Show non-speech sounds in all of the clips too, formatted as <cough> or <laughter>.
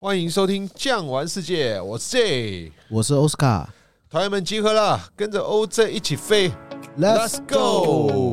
欢迎收听《酱玩世界》，我是 J，我是奥斯卡团员们集合了，跟着 OJ 一起飞，Let's go！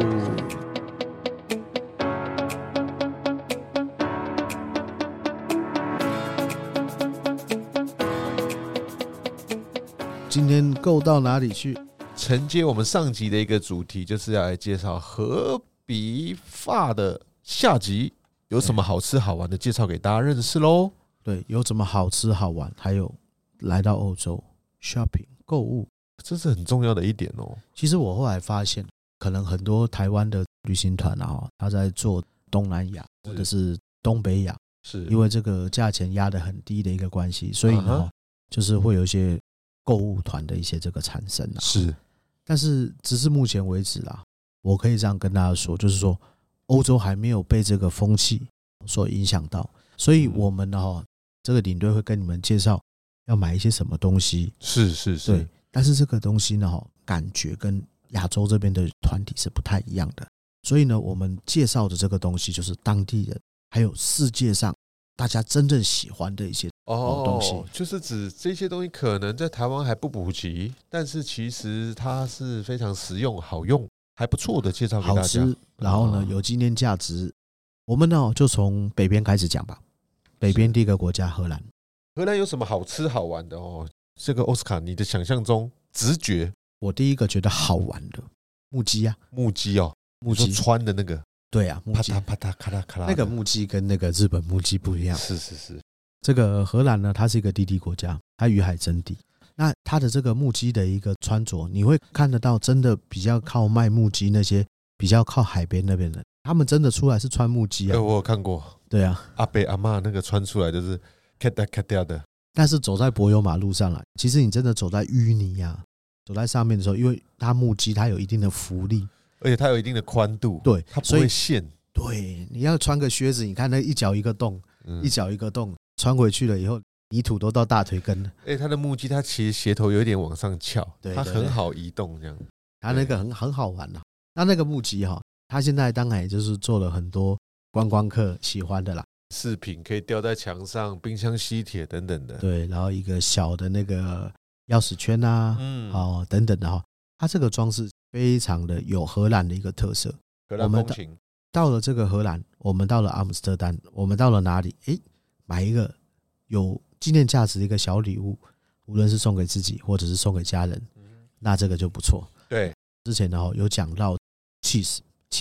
今天够到哪里去？承接我们上集的一个主题，就是要来介绍和比发的下集有什么好吃好玩的，介绍给大家认识喽。对，有什么好吃好玩？还有来到欧洲 shopping 购物。这是很重要的一点哦。其实我后来发现，可能很多台湾的旅行团啊，他在做东南亚是或者是东北亚，是因为这个价钱压得很低的一个关系，所以嗯呢哼就是会有一些购物团的一些这个产生啊。是但是直至目前为止啦，我可以这样跟大家说，就是说欧洲还没有被这个风气所影响到，所嗯以我们呢、哦，这个领队会跟你们介绍要买一些什么东西，是是对是，。但是这个东西呢、哦，感觉跟亚洲这边的团体是不太一样的，所以呢，我们介绍的这个东西就是当地人，还有世界上大家真正喜欢的一些，哦好东西就是指这些东西可能在台湾还不普及，但是其实它是非常实用、好用、还不错的，介绍给好大家。吃，然后呢哦有纪念价值。我们呢哦就从北边开始讲吧。北边第一个国家荷兰，荷兰有什么好吃好玩的哦？这个奥斯卡，你的想象中直觉我第一个觉得好玩的木屐啊，木屐哦，木你说屐，穿的那个对啊，木啪嗒屐。啪嗒咔啦咔啦的，那个木屐跟那个日本木屐不啊一样。是是是，这个荷兰呢，它是一个低地国家，它与海争地。那它的这个木屐的一个穿着，你会看得到，真的比较靠卖木屐那些比较靠海边那边的，他们真的出来是穿木屐哎，啊，我有看过对啊。阿北阿嬷那个穿出来就是咔嗒咔嗒的，但是走在柏油马路上来，其实你真的走在淤泥啊，走在上面的时候，因为它木屐它有一定的浮力，而且它有一定的宽度，对它，不所以会陷，对，你要穿个靴子，你看那一脚一个洞，嗯一，脚一个洞，穿回去了以后，泥土都到大腿根了。哎，它的木屐它其实鞋头有一点往上翘，对它对很对好移动这样，它那个很很好玩呐、那那个木屐哈、它现在当然也就是做了很多观光客喜欢的啦。饰品可以吊在墙上、冰箱吸铁等等的，对，然后一个小的那个钥匙圈啊，嗯，哦等等的哈、它这个装饰非常的有荷兰的一个特色。荷兰我们风的情到了这个荷兰，我们到了阿姆斯特丹，我们到了哪里？诶，买一个有纪念价值的一个小礼物，无论是送给自己或者是送给家人，那这个就不错。嗯对，之前呢、哦、有讲到 Cheese cheese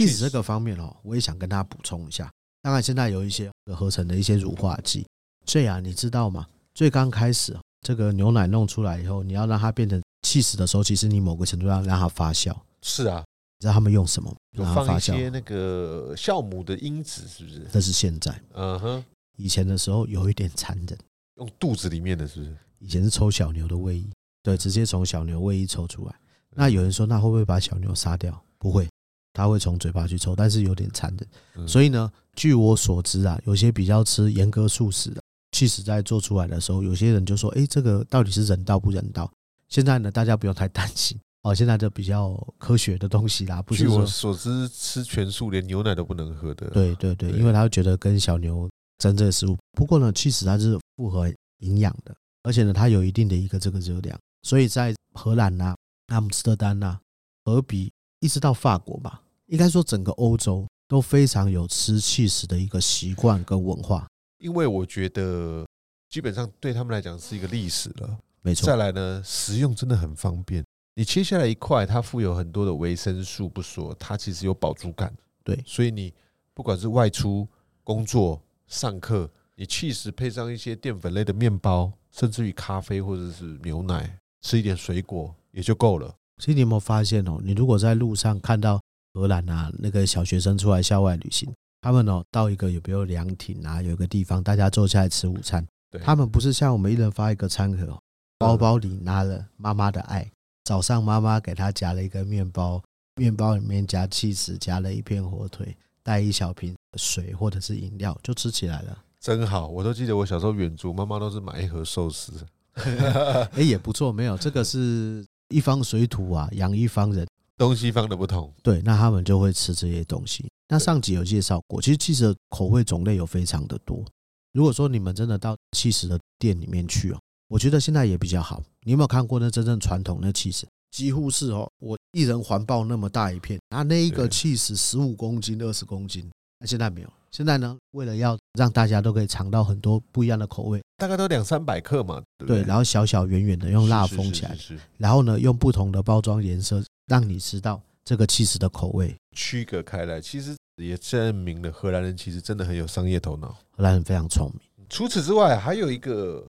cheese 这个方面哦，我也想跟大家补充一下。当然，现在有一些合成的一些乳化剂。这啊，你知道吗？最刚开始哦这个牛奶弄出来以后，你要让它变成 cheese 的时候，其实你某个程度要让它发酵。是啊，你知道他们用什么有让它放啊发一些酵？那个酵母的因子，是不是？这是现在。嗯哼，以前的时候有一点残忍，用肚子里面的，是不是？以前是抽小牛的胃衣，对，直接从小牛胃衣抽出来。那有人说，那会不会把小牛杀掉？不会，他会从嘴巴去抽，但是有点残忍。嗯所以呢，据我所知啊，有些比较吃严格素食的，其实在做出来的时候，有些人就说，诶，这个到底是人道不人道？现在呢，大家不用太担心哦，现在就比较科学的东西啦，不据是我说所知，吃全素连牛奶都不能喝的。，对对对，对因为他会觉得跟小牛争这个食物。不过呢，其实它是符合营养的，而且呢，它有一定的一个这个热量，所以在荷兰呐、阿姆斯特丹呐、荷比一直到法国吧，应该说整个欧洲都非常有吃 cheese 的一个习惯跟文化。因为我觉得基本上对他们来讲是一个历史了。没再错，来呢，食用真的很方便。你切下来一块，它富有很多的维生素不说，它其实有饱足感。对所以你不管是外出工作、上课，你 cheese 配上一些淀粉类的面包，甚至于咖啡或者是牛奶，吃一点水果也就够了。其实你有没有发现哦？你如果在路上看到荷兰啊那个小学生出来校外旅行，他们哦到一个有没有凉亭啊，有一个地方大家坐下来吃午餐。对，嗯他们不是像我们一人发一个餐盒，哦包包里拿了妈妈的爱。早上妈妈给他夹了一个面包，面包里面夹 cheese，夹了一片火腿，带一小瓶水或者是饮料，就吃起来了。真好，我都记得我小时候远足，妈妈都是买一盒寿司。哎，也不错，没有这个是一方水土啊，养一方人。东西方的不同，对，那他们就会吃这些东西。那上集有介绍过，其实 cheese 的口味种类有非常的多。如果说你们真的到气死的店里面去哦，我觉得现在也比较好。你有没有看过那真正传统那气死？几乎是哦，我一人环抱那么大一片，啊，那一个对气死十五公斤、二十公斤，那现在没有。现在呢，为了要让大家都可以尝到很多不一样的口味，大概都两三百克嘛，对不对，对？然后小小圆圆的用蜡是是封是起来，是是然后呢，用不同的包装颜色让你吃到这个气死的口味。区隔开来，其实也证明了荷兰人其实真的很有商业头脑。荷兰人非常聪明，除此之外，还有一个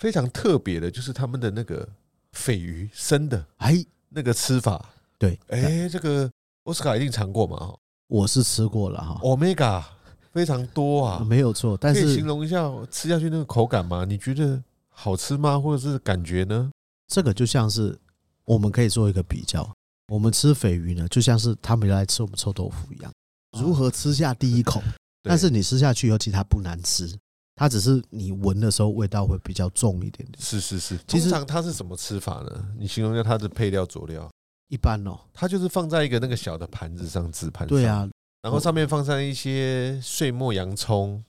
非常特别的，就是他们的那个鲱鱼生的哎，那个吃法。对，哎、这个奥斯卡一定尝过嘛？哈我是吃过了哈， ，omega 非常多啊，啊没有错，但哦可以是形容一下吃下去那个口感吗？你觉得好吃吗？或者是感觉呢？这个就像是我们可以做一个比较，我们吃鲱鱼呢，就像是他们来吃我们臭豆腐一样，如何吃下第一口？哦 <laughs> 对？但是你吃下去以后，其实它不难吃，它只是你闻的时候味道会比较重一点点。是是是，其通实常它是什么吃法呢？你形容一下它的配料佐料，一般哦，它就是放在一个那个小的盘子上，纸盘上。对啊，然后上面放上一些碎末洋葱，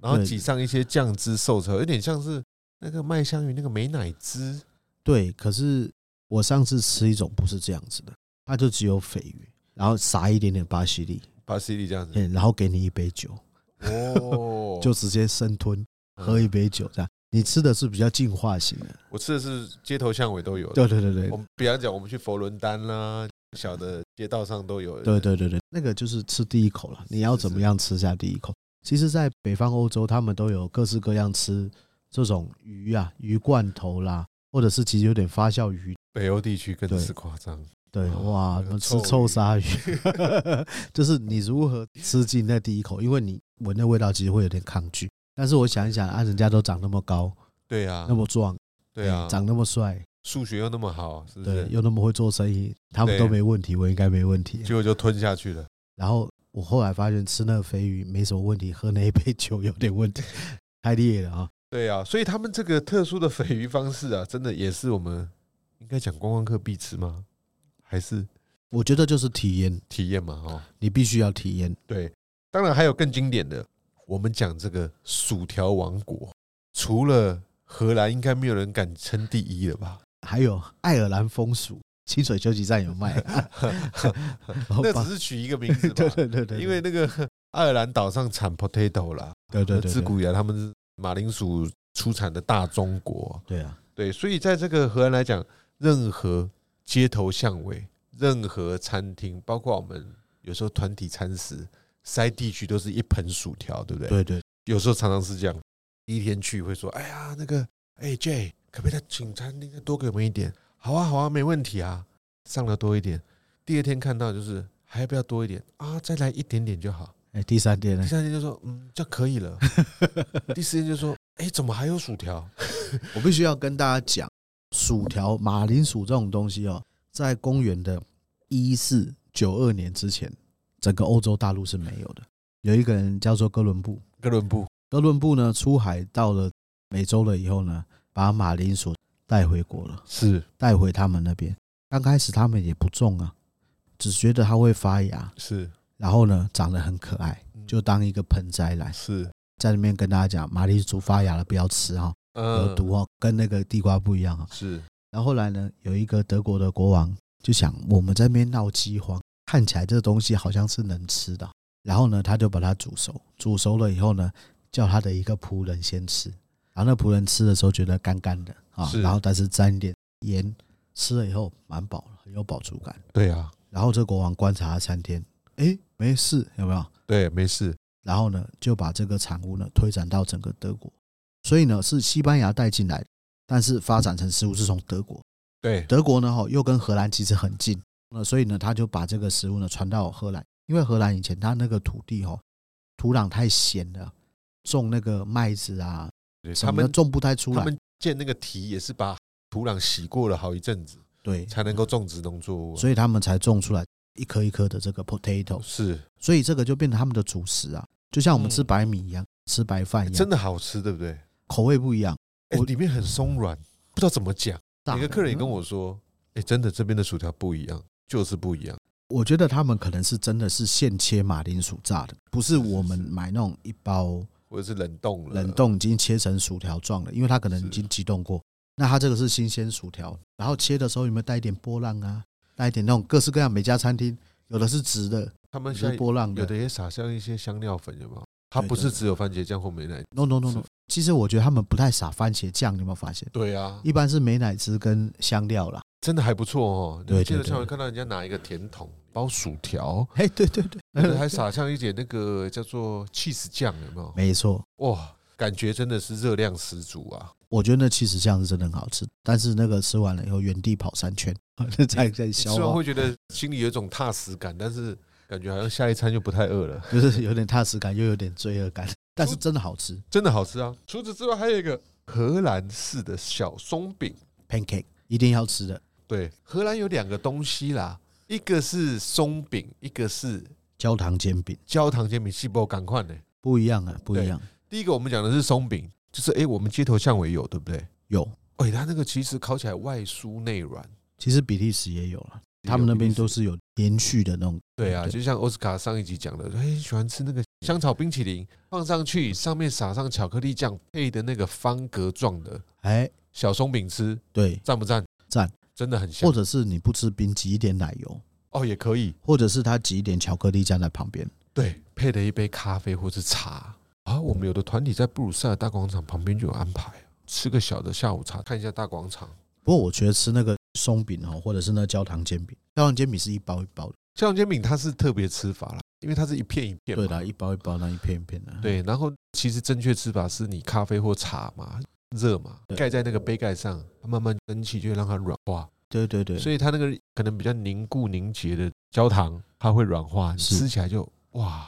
然后对挤上一些酱汁受潮，有点像是那个麦香鱼那个美乃滋。对。可是我上次吃一种不是这样子的，它就只有鲱鱼，然后撒一点点巴西利，巴西利这样子嗯，然后给你一杯酒，哦 <laughs> 就直接生吞喝一嗯杯酒这样。你吃的是比较进化型的，我吃的是街头巷尾都有的，对对对对我，们比方讲，我们去佛伦丹啦，小的街道上都有。对，对对对，那个就是吃第一口了，你要怎么样吃下第一口？其实，在北方欧洲，他们都有各式各样吃这种鱼啊、鱼罐头啦，或者是其实有点发酵鱼，北欧地区更对是夸张。对，哦哇，那个那吃臭臭鱼鲨鱼， <laughs> 就是你如何吃进那第一口，因为你闻那味道其实会有点抗拒。但是我想一想啊，人家都长那么高，对啊那，么壮，对啊，长那么帅，数学又那么好，是不对，是？又那么会做生意，他们对都没问题，我应该没问 <laughs> 题。结果就吞下去了。然后我后来发现吃那个鲱鱼没什么问题，喝那一杯酒有点问题， <laughs> 太烈了啊！对啊，所以他们这个特殊的鲱鱼方式啊，真的也是我们应该讲观光客必吃吗？还是我觉得就是体验，体验嘛？哦，你必须要体验。对，当然还有更经典的，我们讲这个薯条王国，除了荷兰，应该没有人敢称第一了吧？还有爱尔兰风俗，清水休息站有卖， <laughs> 好那吧只是取一个名字 <laughs> 对吧，对对对，因为那个 <laughs> 爱尔兰岛上产 potato 啦，对对对对自古以来他们是马铃薯出产的大中国，对啊，对，所以在这个荷兰来讲，任何街头巷尾、任何餐厅，包括我们有时候团体餐食塞地区，都是一盆薯条，对不对？对对，有时候常常是这样。第一天去会说：“哎呀，那个，哎 J，可不可以再请餐厅再多给我们一点？”好啊，好啊，没问题啊，上了多一点。第二天看到就是还要不要多一点啊？再来一点点就好。哎，第三点第呢，三天就说：“嗯，这样可以 <laughs> 了。”第四天就说：“哎，怎么还有薯条？我必须要跟大家讲，薯条、马铃薯这种东西哦，在公元的一四九二年之前，整个欧洲大陆是没有的。有一个人叫做哥伦布，哥伦布哥伦布呢出海到了美洲了以后呢，把马铃薯带回国了，是带回他们那边。刚开始他们也不种啊，只觉得它会发芽，是然后呢长得很可爱，就当一个盆栽来，是在那边跟大家讲，马铃薯发芽了不要吃哈、嗯有毒哦，跟那个地瓜不一样啊、是然后后来呢，有一个德国的国王就想，我们这边闹饥荒，看起来这东西好像是能吃的，然后呢，他就把它煮熟，煮熟了以后呢，叫他的一个仆人先吃，然后那仆人吃的时候觉得干干的啊，是然后但是沾一点盐，吃了以后蛮饱了，很有饱足感。对啊，然后这国王观察了三天，诶，没事，有没有？对，没事，然后呢，就把这个产物呢推展到整个德国，所以呢是西班牙带进来的，但是发展成食物是从德国。对，德国呢，哈又跟荷兰其实很近，那所以呢，他就把这个食物呢传到荷兰，因为荷兰以前它那个土地哈土壤太咸了，种那个麦子啊对什他么的们种不太出他来，们建那个堤也是把土壤洗过了好一阵子，对，才能够种植农作物啊、嗯所以他们才种出来一颗一颗的这个 potato，是所以这个就变成他们的主食啊，就像我们吃嗯白米一样，吃白饭一样，哎真的好吃，对不对？口味不一样。哎、我里面很松软，不知道怎么讲。大每个的客人也嗯跟我说，哎、真的这边的薯条不一样，就是不一样。我觉得他们可能是真的是现切马铃薯炸的，不是我们买那种一包或者是冷冻了，冷冻已经切成薯条状了，因为它可能是已经急冻过。那它这个是新鲜薯条，然后切的时候有没有带一点波浪啊？带一点那种各式各样，每家餐厅有的是直的，他有们的现是在波浪有的。的也撒上一些香料粉，有没有？它对不对是只有番茄酱或美奶， No no no no，是其实我觉得他们不太撒番茄酱，你有没有发现？对啊，一般是美乃滋跟香 <laughs> 料啦。真的还不错哦。对对记得对上回看到人家拿一个甜筒包薯条，哎，对对对，有的还撒上一点那个叫做 cheese 酱，有没有？ <laughs> 没错。哇，感觉真的是热量十足啊！我觉得那其实酱是真的很好吃，但是那个吃完了以后原地跑三圈， <laughs> 再再你 <laughs> 消吃完化会，觉得心里有一种踏实感，但是感觉好像下一餐就不太饿了。就是有点踏实感，又有点罪恶感，但是真的好吃。真的好吃啊！除此之外，还有一个荷兰式的小松饼。 Pancake 一定要吃的对，荷兰有两个东西啦，一个是松饼，一个是焦糖煎饼焦糖煎饼。细胞赶快呢！不一样啊，不一样。第一个我们讲的是松饼，就是诶，我们街头巷尾有，对不对？有，哎，它那个其实烤起来外酥内软，其实比利时也有了，他们那边都是。是有连续的那种。对啊，对就像奥斯卡上一集讲的，他很喜欢吃那个香草冰淇淋，放上去上面撒上巧克力酱配的那个方格状的哎，小松饼吃，对，赞不赞？赞，真的很香或。者是你不吃冰，挤一点奶油，哦，也可以，或者是它挤一点巧克力酱在旁边。对，配了一杯咖啡或是茶啊。我们有的团体在布鲁塞尔大广场旁边就有安排，吃个小的下午茶，看一下大广场。不过我觉得吃那个松饼哦，或者是那焦糖煎饼，焦糖煎饼是一包一包的，香肠煎饼它是特别吃法啦，因为它是一片一片嘛。对的，一包一包那一片一片的。啊对，然后其实正确吃法是你咖啡或茶嘛，热嘛，对盖在那个杯盖上，它慢慢蒸汽就会让它软化，对对对，所以它那个可能比较凝固凝结的焦糖，它会软化，你是吃起来就哇，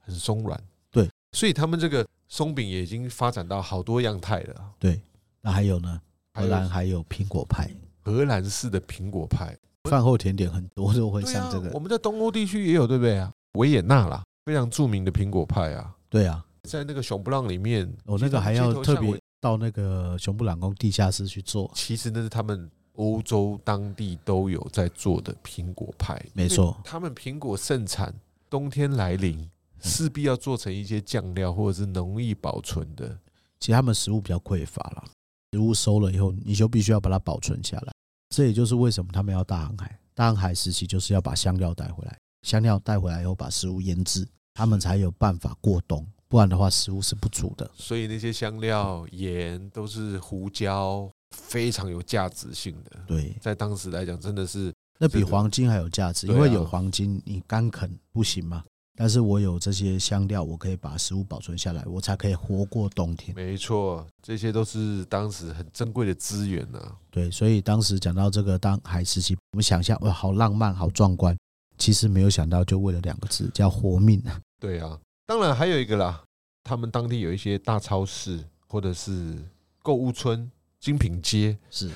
很松软。对，所以他们这个松饼也已经发展到好多样态了，对，那还有呢？还荷有兰还有苹果派，荷兰式的苹果派，饭后甜点很多都会对上啊这，我个。们在东欧地区也有，对不对啊？维也纳啦，非常著名的苹果派啊，对啊，在那个熊布朗里面，我哦那个还要街头巷特别尾到那个熊布朗宫地下室去做。其实那是他们欧洲当地都有在做的苹果派，没错，他们苹果盛产，冬天来临嗯势必要做成一些酱料或者是容易保存的。其实他们食物比较匮乏啦，食物收了以后，你就必须要把它保存下来。这也就是为什么他们要大航海。大航海时期就是要把香料带回来，香料带回来以后把食物腌制，他们才有办法过冬，不然的话食物是不足的。所以那些香料、盐都是胡椒，非常有价值性的。对，在当时来讲，真的是那比黄金还有价值，对因啊为有黄金，你干啃不行嘛。但是我有这些香料，我可以把食物保存下来，我才可以活过冬天。没错，这些都是当时很珍贵的资源啊呐、对，所以当时讲到这个当海时期，我们想象哇，好浪漫，好壮观。其实没有想到，就为了两个字叫活命啊！对啊，当然还有一个啦，他们当地有一些大超市或者是购物村、精品街，是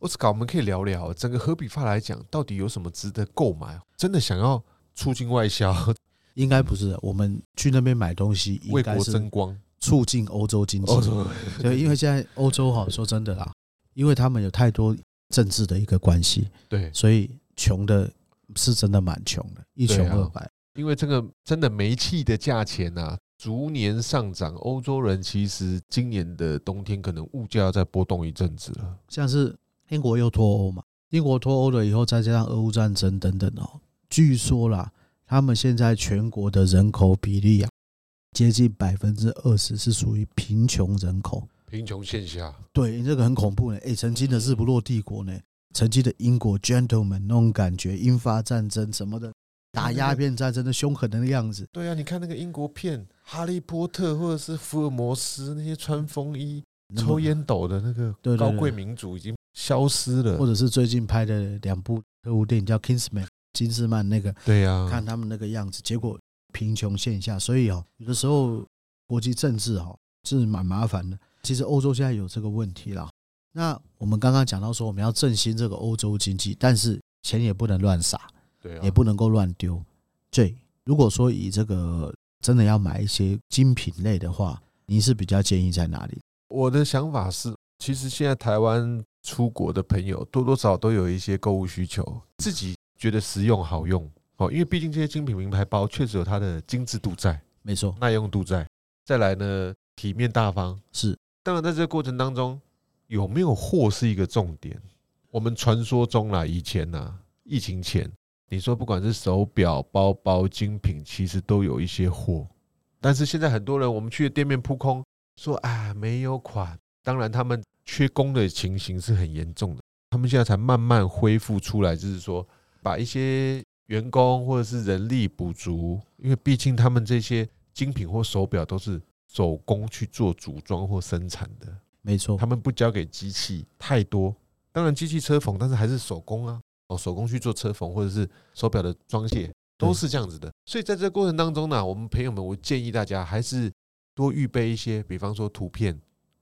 奥斯卡，我们可以聊聊整个荷比法来讲，到底有什么值得购买？真的想要促进外销、 <laughs> 应该不是的我们去那边买东西，应为该国是争光？哦促进欧洲经济。洲对，因为现在欧洲哈，说真的啦，因为他们有太多政治的一个关系，对，所以穷的是真的蛮穷的，一穷对啊二白。因为这个真的煤气的价钱啊，逐年上涨。欧洲人其实今年的冬天可能物价要再波动一阵子了。像是英国又脱欧嘛，英国脱欧了以后，再加上俄乌战争等等哦，据说啦，他们现在全国的人口比例啊，接近百分之二十是属于贫穷人口。贫穷线下，对，这个很恐怖呢。诶，曾经的日不落帝国呢，曾经的英国 gentleman 那种感觉，英法战争什么的，打鸦片战争的凶狠的那个样子，对啊，你看那个英国片《哈利波特》或者是福尔摩斯那些穿风衣、那么抽，烟斗的那对对个对高贵民族已经消失或了。者是最近拍的两部特务电影叫《Kingsman》金斯曼那个，对啊，看他们那个样子，结果贫穷线下，所以哦，有的时候国际政治哦是蛮麻烦的。其实欧洲现在有这个问题啦。那我们刚刚讲到说，我们要振兴这个欧洲经济，但是钱也不能乱撒，对啊也不能够乱丢。对，如果说以这个真的要买一些精品类的话，您是比较建议在哪里？我的想法是，其实现在台湾出国的朋友多多少少都有一些购物需求，自己觉得实用好用哦，因为毕竟这些精品名牌包确实有它的精致度在、没错，耐用度在。再来呢，体面大方。是当然，在这个过程当中，有没有货是一个重点。我们传说中啦，以前呐，疫情前，你说不管是手表、包包、精品，其实都有一些货。但是现在很多人，我们去店面扑空，说啊没有款。当然，他们缺工的情形是很严重的。他们现在才慢慢恢复出来，就是说把一些员工或者是人力补足，因为毕竟他们这些精品或手表都是手工去做组装或生产的，没错他，们不交给机器太多。当然，机器车缝，但是还是手工啊，哦，手工去做车缝或者是手表的装卸，都是这样子的。所以在这个过程当中呢，我们朋友们，我建议大家还是多预备一些，比方说图片、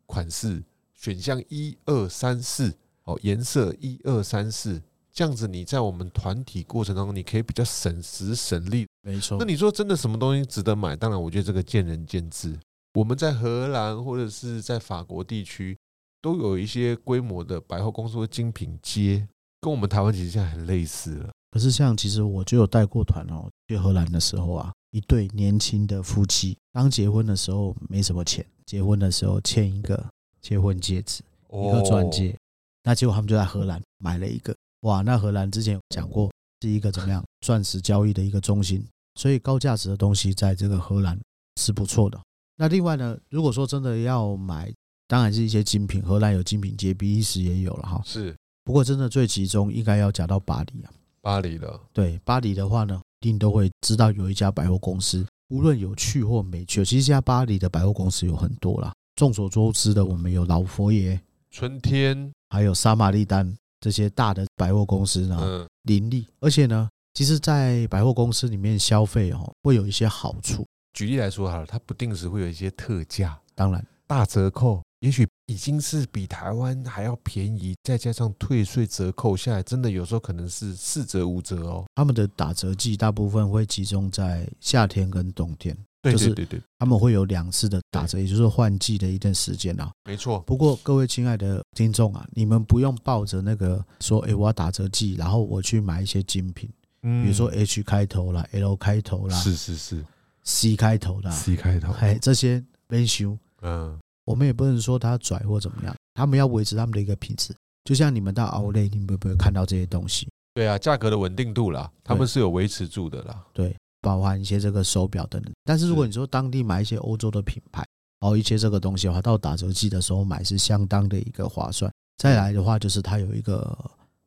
款式、选项一二三四，哦，颜色一二三四，这样子你在我们团体过程当中，你可以比较省时省力没错那。你说真的什么东西值得买？当然，我觉得这个见仁见智。我们在荷兰或者是在法国地区，都有一些规模的百货公司或精品街，跟我们台湾其实现在很类似了。可是像其实我就有带过团哦，去荷兰的时候啊，一对年轻的夫妻刚结婚的时候没什么钱，结婚的时候欠一个结婚戒指，哦一个钻戒，那结果他们就在荷兰买了一个。哇，那荷兰之前有讲过是一个怎么样钻石交易的一个中心，所以高价值的东西在这个荷兰是不错的。那另外呢，如果说真的要买，当然是一些精品，荷兰有精品街，比利时也有了哈。哦是不过真的最集中应该要讲到巴黎啊。巴黎了，对巴黎的话呢，一定都会知道有一家百货公司，无论有去或没去，其实现在巴黎的百货公司有很多啦。众所周知的，我们有老佛爷，春天，还有沙玛利丹这些大的百货公司呢，嗯，林立。而且呢，其实，在百货公司里面消费哦，会有一些好处。举例来说好了，它不定时会有一些特价、当然，大折扣，也许已经是比台湾还要便宜，再加上退税折扣下来，真的有时候可能是四折五折哦。他们的打折季大部分会集中在夏天跟冬天，对就是对对对，他们会有两次的打折，也就是换季的一段时间啊。没错，不过各位亲爱的听众啊，你们不用抱着那个说，诶，我要打折季，然后我去买一些精品，嗯比如说 H 开头啦、L 开头啦、是是是 C 开头啦， ，C 开头，哎，这些维修，嗯，我们也不能说它拽或怎么样，他们要维持他们的一个品质。就像你们到 o 嗯 u t 你们有没有看到这些东西？对啊，价格的稳定度啦，他们是有维持住的啦。对，包含一些这个手表等等。但是如果是你说当地买一些欧洲的品牌，哦，一些这个东西的话，到打折季的时候买是相当的一个划算。再来的话，就是它有一个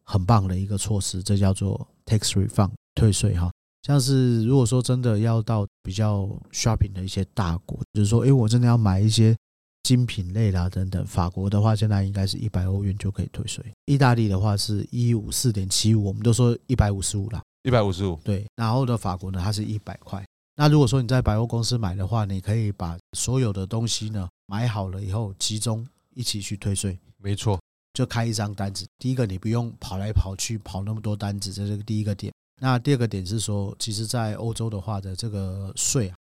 很棒的一个措施，这叫做 tax refund 退税哈。像是如果说真的要到比较 shopping 的一些大国，就是说，诶，我真的要买一些精品类啦等等，法国的话现在应该是一百欧元就可以退税，意大利的话是一五四点七五，我们都说一百五十五啦，一百五十五，对，然后呢，法国呢，它是一百块。那如果说你在百货公司买的话，你可以把所有的东西呢买好了以后，集中一起去退税，没错，就开一张单子。第一个，你不用跑来跑去跑那么多单子，这是第一个点。那第二个点是说，其实，在欧洲的话的这个税啊，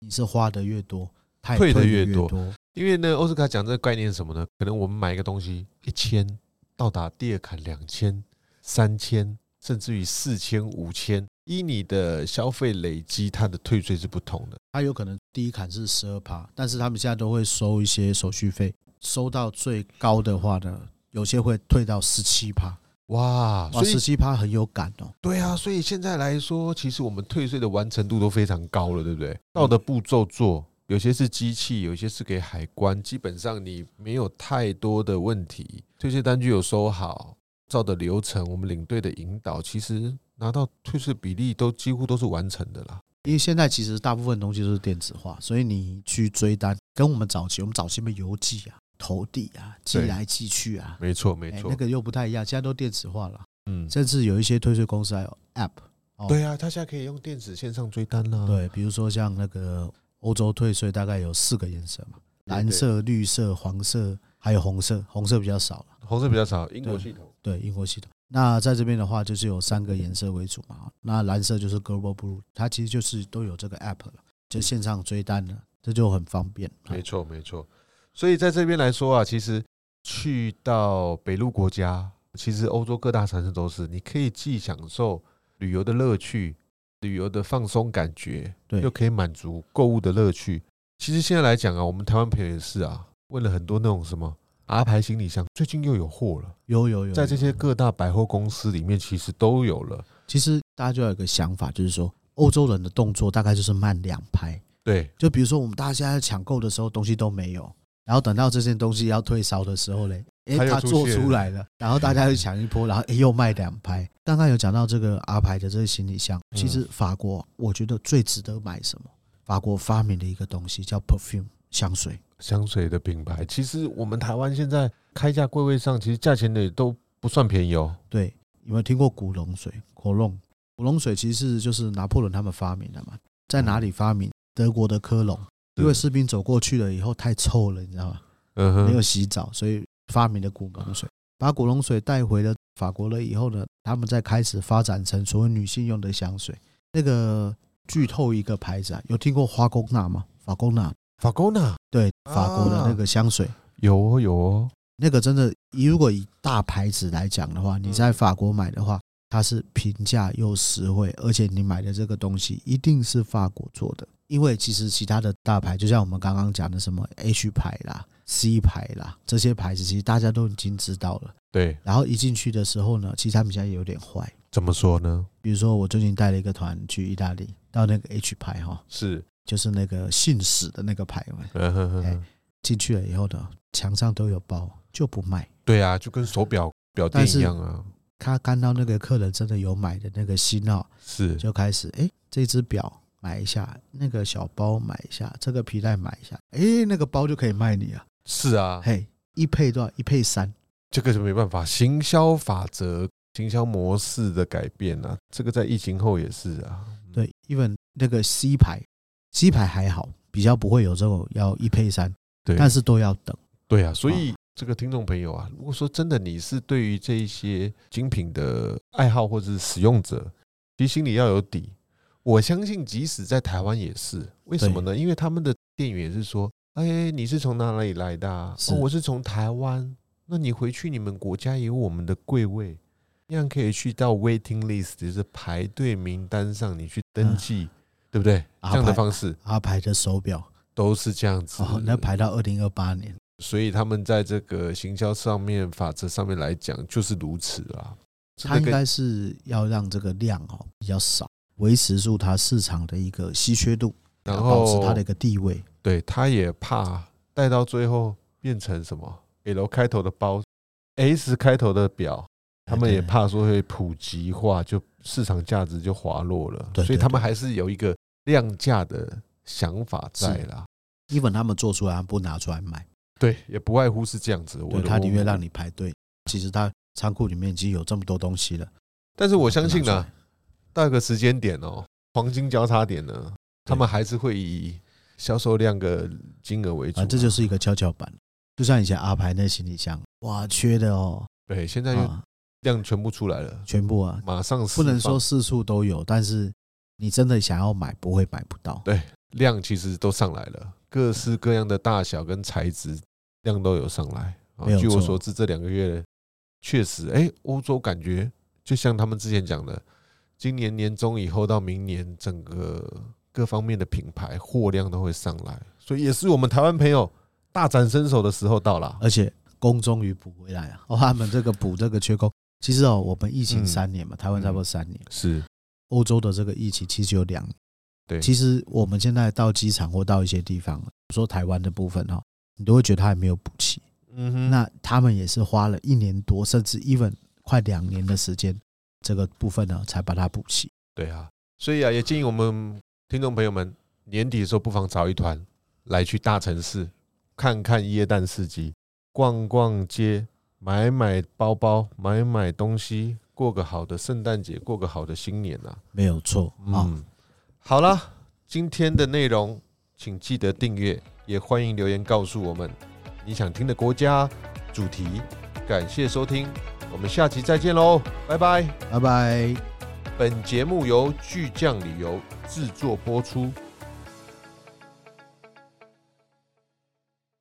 你是花的越多，它也退得得越越多因为呢，奥斯卡讲这个概念是什么呢？可能我们买一个东西一千，到达第二坎两千、三千，甚至于四千、五千，依你的消费累积，它的退税是不同的。它有可能第一砍是十二趴，但是他们现在都会收一些手续费，收到最高的话呢，有些会退到十七趴。哇，哇，所以十七趴很有感哦。对啊，所以现在来说，其实我们退税的完成度都非常高了，对不对？照的步骤做，有些是机器，有些是给海关，基本上你没有太多的问题。退税单据有收好，照的流程，我们领队的引导，其实拿到退税比例都几乎都是完成的啦。因为现在其实大部分东西都是电子化，所以你去追单，跟我们早期我们早期的邮寄啊、投递啊、寄对来寄去啊，没错，没哎错，那个又不太一样。现在都电子化了，嗯，甚至有一些退税公司还有 App，对啊，他现在可以用电子线上追单啦。，对，比如说像那个欧洲退税大概有四个颜色嘛，对蓝色、绿色、黄色，还有红色，红色比较少了。红色比较少，英国对系统对，英国系统。那在这边的话，就是有三个颜色为主嘛。那蓝色就是 Global Blue，它其实就是都有这个 app 了，就线上追单了，这就很方便。没错，没错。所以在这边来说啊，其实去到北陆国家，其实欧洲各大城市都是，你可以既享受旅游的乐趣、旅游的放松感觉，对又可以满足购物的乐趣。其实现在来讲啊，我们台湾朋友也是啊，问了很多那种什么 R 牌行李箱，最近又有货了，有有有，在这些有各大百货公司里面其实都有了。其实大家就要有一个想法，就是说欧洲人的动作大概就是慢两拍。对，就比如说我们大家现在抢购的时候，东西都没有，然后等到这件东西要退烧的时候嘞，诶，它又它出做现出来了，然后大家又抢一波，然后诶又卖两拍。刚刚有讲到这个 R 牌的这个行李箱，其嗯实法国我觉得最值得买什么？法国发明的一个东西叫 perfume 香水，香水的品牌，其实我们台湾现在开价柜位上，其实价钱也都不算便宜哦。对，有没有听过古龙水 c o l o n 古龙水其实就是拿破仑他们发明的嘛，在哪里发明？德国的科隆，因为士兵走过去了以后太臭了，你知道吗？嗯没有哼，洗澡，所以发明了古龙水。把古龙水带回了法国了以后呢，他们再开始发展成所谓女性用的香水。那个剧透一个牌子啊，有听过花宫娜吗？法宫娜，法国呢？对，法国的那个香水，有哦，有哦，那个真的，以如果以大牌子来讲的话，你在法国买的话，它是平价又实惠，而且你买的这个东西一定是法国做的，因为其实其他的大牌，就像我们刚刚讲的什么 H 牌啦、C 牌啦这些牌子，其实大家都已经知道了。对，然后一进去的时候呢，其实他们家也有点坏。怎么说呢？比如说，我最近带了一个团去意大利，到那个 H 牌哈，是，就是那个信使的那个牌嘛，嗯哼哼哼，进去了以后呢，墙上都有包，就不卖。对啊，就跟手表表店但是一样啊，他看到那个客人真的有买的那个心哦，是，就开始哎、诶这只表买一下，那个小包买一下，这个皮带买一下，哎、那个包就可以卖你啊，是啊，嘿，一配多少？一配三，这个就没办法，行销法则、行销模式的改变啊，这个在疫情后也是啊，对，even 那个 C 牌，C 牌还好，比较不会有这种要一配三，对，但是都要等。对啊，嗯所以这个听众朋友啊，如果说真的你是对于这一些精品的爱好或者是使用者，其实心里要有底。我相信，即使在台湾也是，为什么呢？因为他们的店员也是说：“哎，你是从哪里来的、啊？是哦我是从台湾。那你回去你们国家也有我们的柜位，一样可以去到 waiting list，就是排队名单上你去登记，对不对？嗯啊这样的排方式阿牌的手表，都是这样子。哦，那排到二零二八年，所以他们在这个行销上面、法则上面来讲，就是如此啊啦。这它个应跟该是要让这个量哦比较少，维持住它市场的一个稀缺度，然保持后它的一个地位。对，他也怕带到最后变成什么 L 开头的包、S 开头的表，他们也对怕说会普及化，就市场价值就滑落了。对所以对他们还是有一个量价的想法在啦。 even 他们做出来，他不拿出来卖，对，也不外乎是这样子。我对，的他我宁愿让你排队。其实他仓库里面已经有这么多东西了，但是我相信啊不拿呢出，来，到一个时间点哦，黄金交叉点呢，他们还是会以销售量的金额为主、啊，这就是一个跷跷板。就像以前阿牌那行李箱，哇，缺的哦，对，现在又啊，量全部出来了，全部啊，马上释不放能说四处都有，但是你真的想要买，不会买不到。对量其实都上来了，各式各样的大小跟材质量都有上来。啊没有据我错所知，这两个月确实，哎，欧洲感觉就像他们之前讲的，今年年中以后到明年，整个各方面的品牌货量都会上来，所以也是我们台湾朋友大展身手的时候到了。而且工终于补回来了， <laughs> 哦，他们这个补这个缺工，其实哦，我们疫情嗯三年嘛，台湾差不多三年，是，欧洲的这个疫情其实有两年。对，其实我们现在到机场或到一些地方，说台湾的部分哈、哦，你都会觉得它还没有补齐。嗯哼那他们也是花了一年多，甚至 even 快两年的时间，这个部分呢才把它补齐。对啊，所以啊，也建议我们听众朋友们年底的时候，不妨找一团来去大城市看看耶诞市集，逛逛街，买买包包，买买东西，过个好的圣诞节，过个好的新年啊。没有错啊、嗯，好了，今天的内容请记得订阅，也欢迎留言告诉我们你想听的国家主题。感谢收听，我们下期再见喽，拜拜。拜拜。本节目由巨匠旅游制作播出，